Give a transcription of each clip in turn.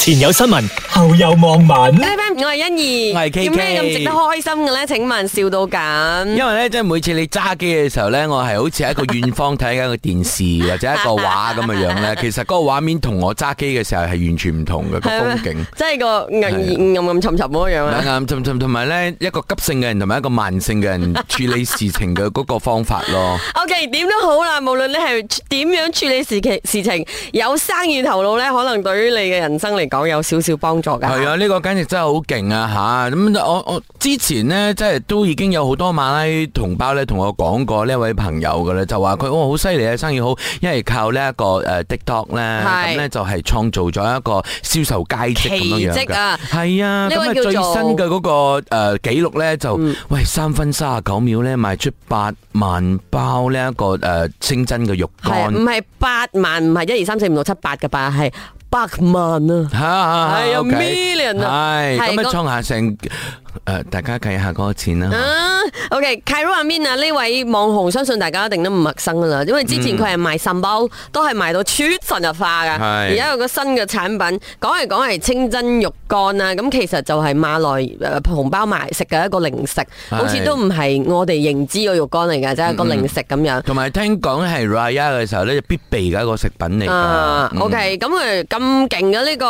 前有新聞，後有網民。 F.M. 我係欣怡，我係 KK 有咩咁值得開心嘅咧？請問笑到咁，因為咧，即係每次你揸機嘅時候咧，我係好似喺一個遠方睇緊個電視或者一個畫咁嘅樣咧。其實嗰個畫面同我揸機嘅時候係完全唔同嘅個風景。即係個硬硬暗暗沉沉嗰樣啊！啱啱同埋咧，一個急性嘅人同埋一個慢性嘅人處理事情嘅嗰個方法咯。 O.K. 點都好啦，無論你係點樣處理事情事情，有生意頭腦咧，可能對於你嘅人生嚟講有少少幫助噶。係啊，呢、個簡直真係好勁啊吓！咁我我之前呢，即係都已經有好多馬拉同胞咧同我講過呢位朋友嘅啦，就話嗯佢哦好犀利啊，生意好，因為靠呢一個誒 TikTok 咧，係咁咧就係創造咗一個銷售佳績咁樣樣奇蹟啊嘅。係啊，呢咁位啊叫最做嗯新嘅嗰個誒紀錄咧就喂三分三十九秒咧賣出八萬包呢一個誒清真嘅肉係啊乾唔。係八萬，唔係一二三四五六七八嘅吧？係百萬啊！吓吓係啊 OK million 啊係係咁個啊，創下成誒，大家計下嗰個錢啦。啊，OK，Cairo Amin 啊，呢位網紅相信大家一定都唔陌生噶啦，因為之前佢係賣腎包，都係賣到出神入化噶。係而家有個新嘅產品，講嚟講係清真肉乾啦，咁其實就係馬來誒紅呃包埋食嘅一個零食，好似都唔係我哋認知嘅肉乾嚟㗎，即係一個零食咁樣。同埋聽講係 Raya 嘅時候咧，必備嘅一個食品嚟㗎。啊嗯 À, ，OK，咁誒咁勁嘅呢個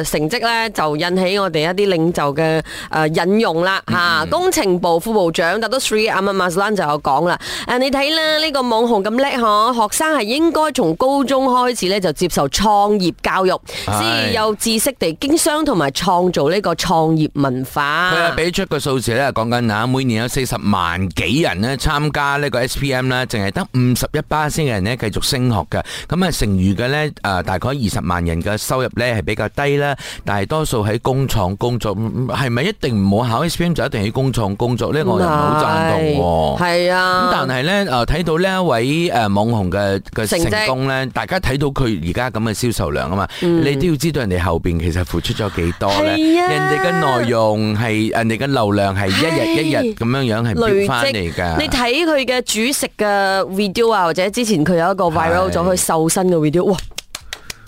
誒成績咧，就引起我哋一啲領袖嘅誒引用啦嚇。工程部副部長 Dato Sri Ahmad Mazlan 就有講啦，誒你睇啦，呢個網紅咁叻嗬，學生係應該從高中開始咧就接受創業教育，係先有知識地經商同埋創造呢個創業文化佢。啊俾出個數字咧，講緊啊，每年有四十萬幾人咧參加呢個 SPM 啦，淨係得五十一巴仙嘅人咧繼續升學嘅。咁啊，剩餘嘅咧誒大概二十萬人嘅收入咧係比較低啦，但係多數喺工廠工作，嗯係咪一定唔好考 SPM 就一定喺工廠工作呢？我又唔係好贊同喎。係啊咁，但係咧，誒睇到呢一位誒網紅嘅嘅成績成功咧，大家睇到佢而家咁嘅銷售量啊嘛，你都要知道人哋後邊其實付出咗幾多咧，嗯係啊人哋嘅內容係人哋嘅流量係一日一日咁樣樣係飆累翻嚟積，你㗎。睇佢嘅煮食嘅 video 啊，或者之前佢有一個 viral 係咗佢瘦身嘅 video，哇！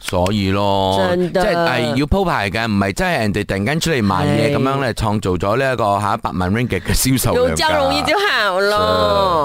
所以咯，真即的係係要鋪排嘅，唔係真係人哋突然間出嚟賣嘢係咁樣咧，創造咗呢一個嚇百萬 ringgit 嘅銷售有量交容易㗎。就好咯。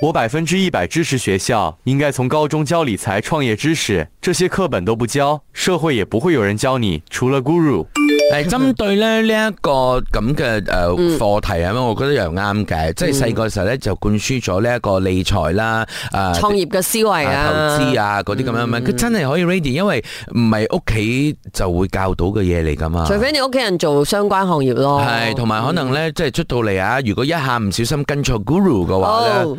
我百分之一百支持学校应该从高中教理财、创业知识，这些课本都不教，社会也不会有人教你，除了 Guru。 誒針對咧呢一個咁嘅誒課題啊，我覺得又啱嘅，即係細個嘅時候咧就灌輸咗呢一個理財啦，誒創業嘅思維啊投啊，資啊嗰啲咁樣咁樣，佢真係可以 ready，因為唔係屋企就會教到嘅嘢嚟噶嘛。除非你屋企人做相關行業咯。係，同埋可能咧，即係出到嚟啊！如果一下唔小心跟錯 guru 嘅話咧，誒、哦，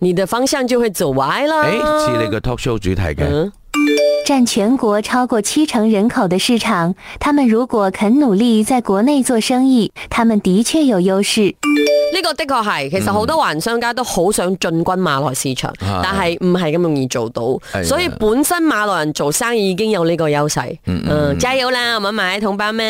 你的方向就會走歪啦。似你個 talk show 主題嘅。嗯占全国超过七成人口的市场，他们如果肯努力在国内做生意，他们的确有优势。呢個的確係，其實好多華人商家都好想進軍馬來市場，嗯係但係唔係咁容易做到，啊所以本身馬來人做生意已經有呢個優勢。嗯，加油啦，我們買同胞們。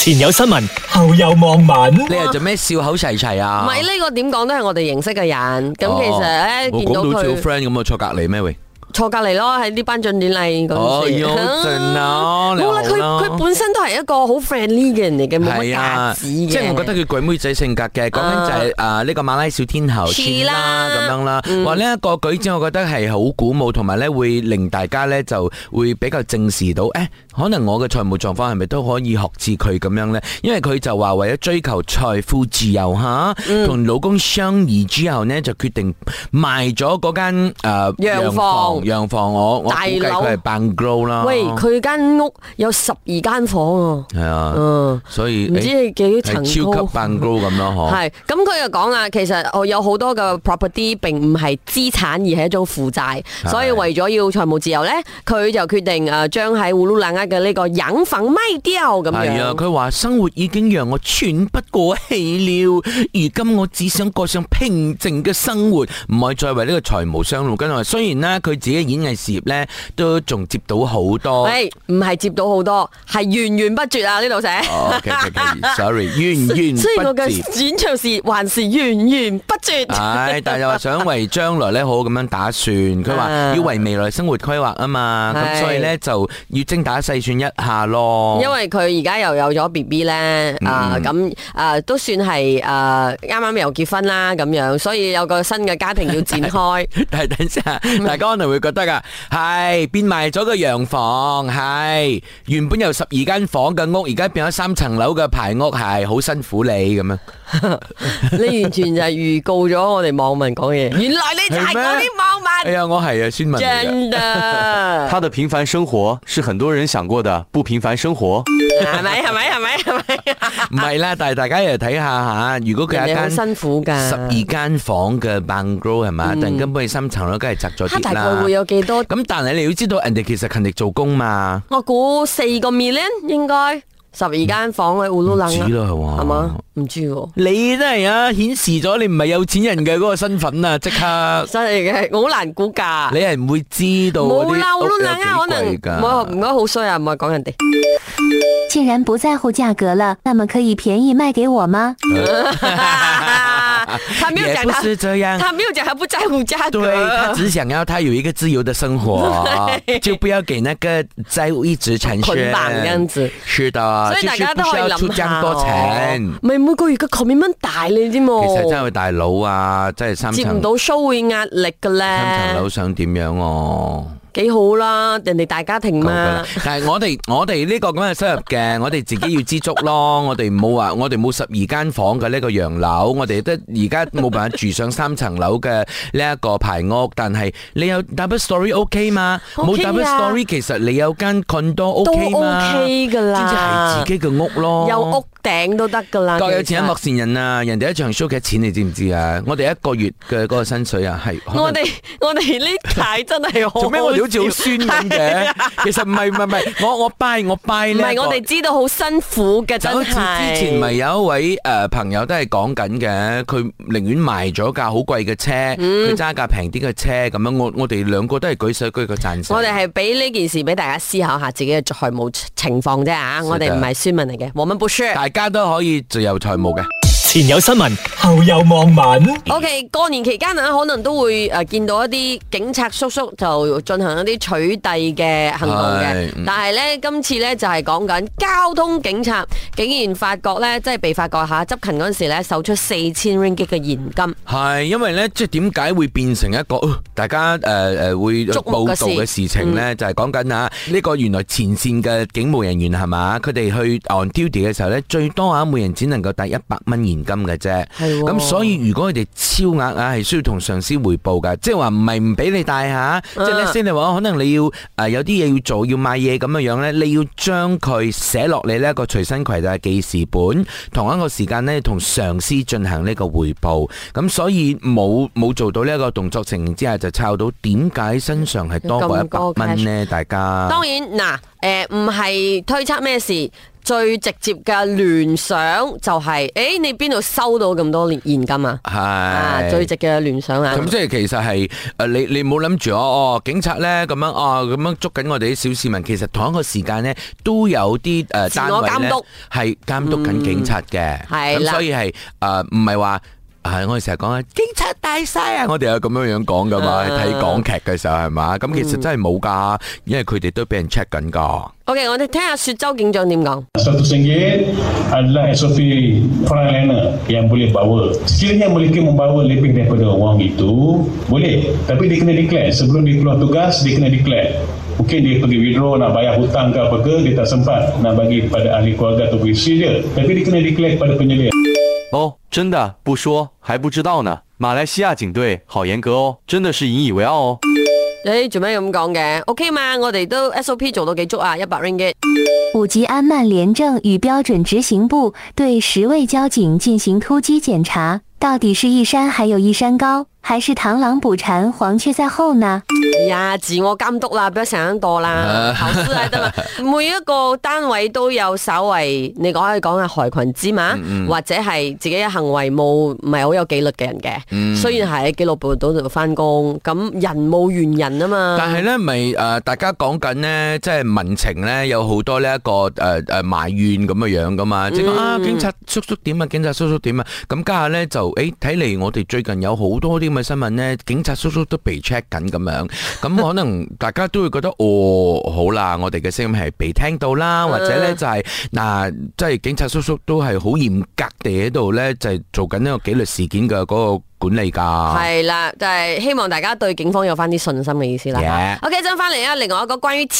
前有新聞，後有網民。你係做咩笑口齊齊啊？唔係呢個點講都係我哋認識嘅人，咁哦其實咧我見到講到似好佢 friend 咁我坐隔離咩喂？坐隔離咯，喺啲頒獎典禮嗰哦，陣時，要盡 啦，你冇啦，好佢啦佢本身都係一個好 friendly 嘅人嚟嘅，冇乜係架啊，子即嘅。係我覺得佢鬼妹仔性格嘅，講緊就係啊呢個馬拉小天后 Sheila 嗯啦咁樣啦，話呢一個舉止，我覺得係好鼓舞，同埋咧會令大家咧就會比較正視到，誒可能我嘅財務狀況係咪都可以學似佢咁樣咧？因為佢就話為咗追求財富自由嗯嚇，同老公相宜之後呢，就決定賣咗嗰間誒洋洋房房，洋房我我估大計樓佢係辦 grow 啦，喂，佢間屋有十二間房啊，係啊，嗯，所以唔知誒係幾係層超高級。哦辦 grow 咁咯，嗬。係，咁佢又講啊啦，其實我有好多嘅 property 並唔係資產，而係一種負債，係所以為咗要財務自由呢，佢就決定誒將喺烏魯蘭厄嘅呢個隱房賣掉咁係啊，樣。佢話生活已經讓我喘不過氣了，如今我只想過上平靜嘅生活，唔係再為呢個財務傷腦筋。跟住話雖然呢，佢自自己嘅演藝事業咧都仲接到好多。喂，唔係接到好多，係源源不絕啊！呢度寫。 OK OK sorry，源源雖然我不絕。嘅演唱事還是源源不絕。 唉，但係又話想為將來咧好好咁樣打算，佢話啊要為未來生活規劃啊嘛，咁係所以咧就要精打細算一下咯。因為佢而家又有咗 B B 咧，啊咁啊都算係啊啱啱又結婚啦咁樣，所以有個新嘅家庭要展 開。但係 等陣先啊，大家可能會覺得啊，係變賣咗個洋房，係原本有十二間房嘅屋，而家變咗三層樓嘅排屋，係好辛苦你咁 樣。你完全就係預告咗我哋網民講嘢，原來你就係嗰啲網哎民，呀，我係啊，孫文嚟嘅。真的他的平凡生活是很多人想過的不平凡生活。係咪係咪係咪係咪？唔係 啦，但係大家又睇下吓，如果佢有人一哋好間辛苦啊㗎十二間房嘅 bungalow 係嘛，但根本係三層樓，梗係窄咗嚇大啲概啦會。有幾多？咁但係你要知道，人哋其實勤力做工嘛，我估四個 million 應該十二間房喺烏魯唔楞止啦，啦係喎係嘛？唔知喎。你真係啊，顯示咗你唔係有錢人嘅嗰個身份啊，即刻。犀利嘅，我好難估價。你係唔會知道嗰啲冇啦，屋烏魯楞啊，可有能幾貴㗎唔唔該好衰啊，唔係講 人哋。竟然不在乎价格了，那么可以便宜卖给我吗？他没有也讲不他，是這樣。他没有讲他不在乎价对他格。只想要他有一个自由的生活，就不要给那个债务一直缠身。捆綁這樣子是的，所以就大是家都不可需以要出諗這下樣多哦錢。，咪每個月嘅 commitment 大你知其實真冇，係大佬啊，真係三接唔層到 show 會壓力嘅三層咧樓，想點樣哦、幾好啦，人哋大家庭夠㗎嘛，啦啊但係我哋我哋呢個咁嘅收入嘅，我哋自己要知足咯。 我哋冇話我哋冇十二間房嘅呢個洋樓，我哋得而家冇辦法住上三層樓嘅呢一個排屋。但係你有 double story OK 嘛？冇 OK 㗎 double story 其實你有間 condo 都 OK 嘛？ OK 噶啦先，至係自己嘅屋咯。有屋頂都得噶啦，各有其錢實人莫善人啊！人哋一場 show 幾多錢你知唔知啊？我哋一個月嘅嗰個薪水啊，係可能我哋我哋呢排真 係好做咩我哋好似好酸咁係嘅？其實唔係唔係唔係，我我拜我拜唔呢係一個我哋知道好辛苦嘅，就真好似係。之前咪有一位誒朋友都係講緊嘅，佢寧願賣咗架好貴嘅車，嗯佢揸架平啲嘅車咁樣。我我哋兩個都係舉手舉個贊成。我哋係俾呢件事俾大家思考下自己嘅財務情況啫嚇，我哋唔係宣文嚟嘅，我們不是。大家都可以自由財務嘅。前有新聞，後有望文。 O.K. 過年期間啊，可能都會誒見到一啲警察叔叔就進行一啲取締嘅行動嘅係嗯，但係咧今次咧就係講緊交通警察竟然發覺咧，即係被發覺下執勤嗰陣時咧，搜出四千 ringgit 嘅現金。係，因為咧，即係點解會變成一個呃大家誒誒、呃、會矚目報嘅道嘅事嗯事情咧？就係講緊啊，呢個原來前線嘅警務人員係嘛，佢哋去 on duty 嘅時候咧，最多啊，每人只能夠帶一百蚊現金嘅啫。係喎咁所以如果佢哋超額啊，係需要同上司匯報㗎，即係話唔係唔俾你帶啊下，即係咧先你話可能你要誒、呃有啲嘢要做，要買嘢咁樣樣咧，你要將佢寫落你呢一個隨身攜帶嘅記事本，同一個時間咧同上司進行呢個匯報。咁所以冇冇做到呢一個動作情形之下，就抄到點解身上係多過一咁百多蚊呢？大家當然嗱，誒唔係推測咩事，最直接嘅聯想就係、誒、你邊度收到咁多現現金啊？啊，係最直嘅聯想啊！咁即係其實係誒你你冇諗住哦哦警察咧咁樣哦咁樣捉緊我哋啲小市民，其實同一個時間咧都有啲誒自單我位咧監督係監督緊警察嘅，係咁啦所以係誒唔係話。係，我哋成日講啊，警察大晒啊！我哋有咁樣樣講噶嘛，啊睇港劇嘅時候係嘛，咁其實真係冇㗎，因為佢哋都俾人 check 緊㗎。 OK，我哋聽下雪州警長點講。 RM100 adalah SOP frontliner yang boleh bawa. Sekiranya mereka membawa lebih daripada wang itu, boleh. Tapi dia kena declare. Sebelum dia keluar tugas, dia kena declare. Mungkin dia pergi withdraw nak bayar hutang ke apa ke, dia tak sempat nak bagi kepada ahli keluarga atau isteri dia. Tapi dia kena declare kepada penyelia. 哦，真的不说还不知道呢。马来西亚警队好严格哦，真的是引以为傲哦。誒做咩咁講嘅？OK 嘛，我哋都 SOP 做到幾足啊？一百 ringgit。五级安曼廉政与标准执行部对十位交警进行突击检查，到底是一山还有一山高，还是螳螂捕蝉，黄雀在后呢？哎呀，自我監督啦，不要成日墮啦，投資係得啦。每一個單位都有稍為，你講可以講係害群之馬，或者係自己嘅行為冇唔係好有紀律嘅人嘅。雖然係喺紀律部隊度翻工，咁人冇完人啊嘛。但係咧，咪誒、呃大家講緊咧，即係民情咧，有好多呢、一個誒誒、呃埋怨咁嘅樣噶嘛，即係講啊，警察叔叔點啊，警察叔叔點啊，咁家下咧就誒睇嚟，我哋最近有好多啲咁嘅新聞咧，警察叔叔都被 check 緊咁樣，咁可能大家都會覺得哦，好啦，我哋嘅聲音係被聽到啦，或者咧就係、嗱、即係警察叔叔都係好嚴格地喺度咧，就係、做緊呢個紀律事件嘅嗰個管理㗎。係啦，就係希望大家對警方有翻啲信心嘅意思啦。 Yeah OK，一陣翻嚟啊，另外一個關於錢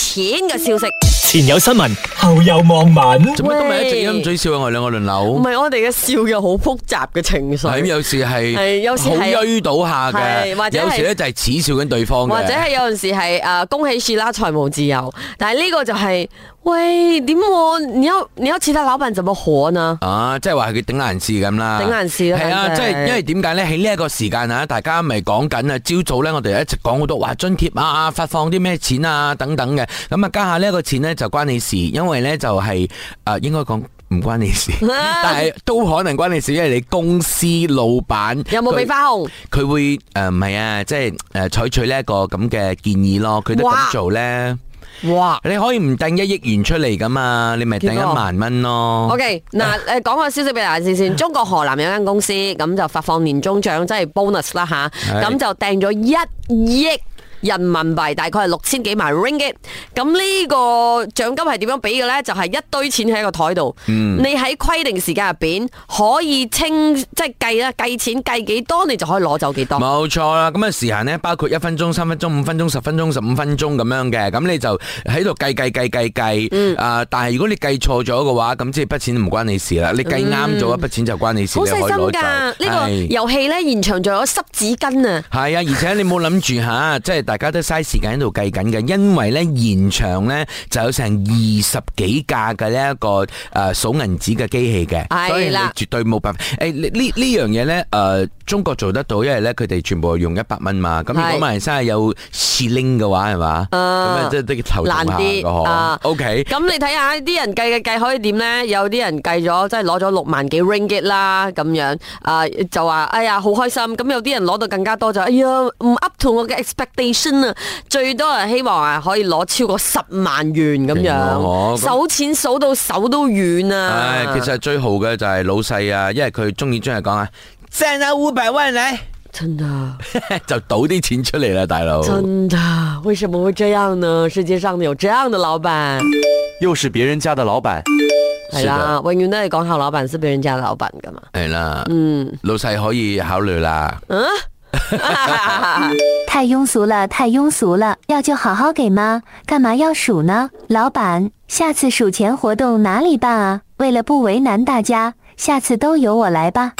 嘅消息，前有新聞，後有望文。做咩今日一直喂陰嘴笑啊？我哋兩個輪流唔。係我哋嘅笑有好複雜嘅情緒係。啊有時係係有時好係鋭到下嘅，係或者係有時咧就係恥笑緊對方嘅或者係有陣時係呃恭喜是啦，財務自由。但係呢個就係、喂，點我你有你有其他老闆怎麼活呢？啊，即係話佢頂難事咁啦，頂難事啦係啊，簡直即係因為點解咧？喺呢一個時間啊，大家咪講緊啊，朝早咧我哋一直講好多話津貼啊、發放啲咩錢啊等等嘅，咁啊家下呢個錢咧就關你事，因為咧就係、呃應該講。唔關 你事，但係都可能關你事，因為你公司老闆有冇俾佢花紅？佢會誒唔係啊，即係誒採取呢一個咁嘅建議咯，佢都哇咁做咧。哇！你可以唔掟一億元出嚟噶嘛？你咪掟幾一多萬蚊咯。 OK，嗱，哦誒講個消息俾大家知先。中國河南有間公司咁就發放年終獎，即係 bonus 啦吓，係咁就掟咗一億人民幣，大概係六千幾萬 ringgit。咁呢個獎金係點樣俾嘅呢？就係、一堆錢喺個台度，嗯你喺規定時間入邊可以清，即係計啦，計錢計幾多，你就可以攞走幾多。冇錯啦，咁啊時限咧包括一分鐘、三分鐘、五分鐘、十分鐘、十五分鐘咁樣嘅，咁你就喺度計計計計嗯計，啊、但係如果你計錯咗嘅話，咁即係筆錢唔關你事啦，你計啱咗一筆錢就關你嗯事，好你可以細心攞㗎，呢走。個係遊戲呢，現場仲有濕紙巾啊！系啊，而且你冇諗住吓，即係大家都嘥時間喺度計緊嘅，因為咧現場咧就有成二十幾架嘅呢一個诶数银纸嘅機器嘅，係啦所以你絕對冇辦法。诶呢呢呢样嘢咧诶，中國做得到，因為咧佢哋全部用一百蚊嘛。咁如係果馬來西亞有 shilling 嘅話係嘛，咁啊即係都頭難痛下啲嘅嗬啊 OK。咁你睇下啲人計嘅計可以點呢？有啲人計咗即係攞咗六萬幾 ringgit 啦，咁樣啊、就話哎呀好開心。咁有啲人攞到更加多就哎呀唔 up to 我嘅 expectation 啊！最多人希望啊可以攞超過十萬元咁勁喎樣，嗬咁數錢數到手都軟唉啊！，其實最好嘅就係老細啊，因為佢中意將嚟講啊，掙啊 五百萬嚟，真的。就倒啲錢出嚟啦，大佬。真的，为什么会这样呢？世界上有这样的老板，又是别人家的老板。系啦，永远都系讲好老板是别人家的老板噶嘛。系啦，嗯，老细可以考慮啦。啊 太庸俗了，太庸俗了！要就好好给吗？干嘛要数呢？老板，下次数钱活动哪里办啊？为了不为难大家，下次都由我来吧。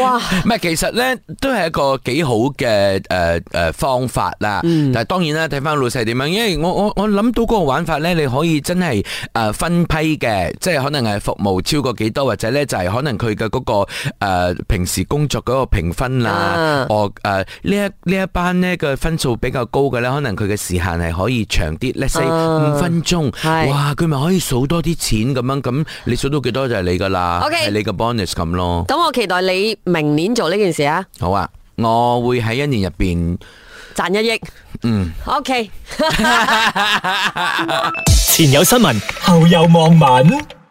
哇， 唔係，其實咧都係一個幾好嘅诶诶方法啦。嗯但係當然啦，睇翻老細點樣，因為我我我谂到嗰個玩法咧，你可以真係诶分批嘅，即係可能係服務超過幾多，或者咧就係可能佢嘅嗰個诶平時工作嗰個評分啊啦，哦诶呢一呢一班呢嘅分數比較高嘅咧，可能佢嘅時限係可以長啲，let's say 啊五分鐘，係哇，佢咪可以數多啲錢咁樣，咁你數到幾多就係你噶啦， OK 係你嘅 bonus 咁咯。咁我期待你明年做呢件事啊！好啊，我會喺一年入边，赚一億，嗯， OK。前有新聞，後有望文。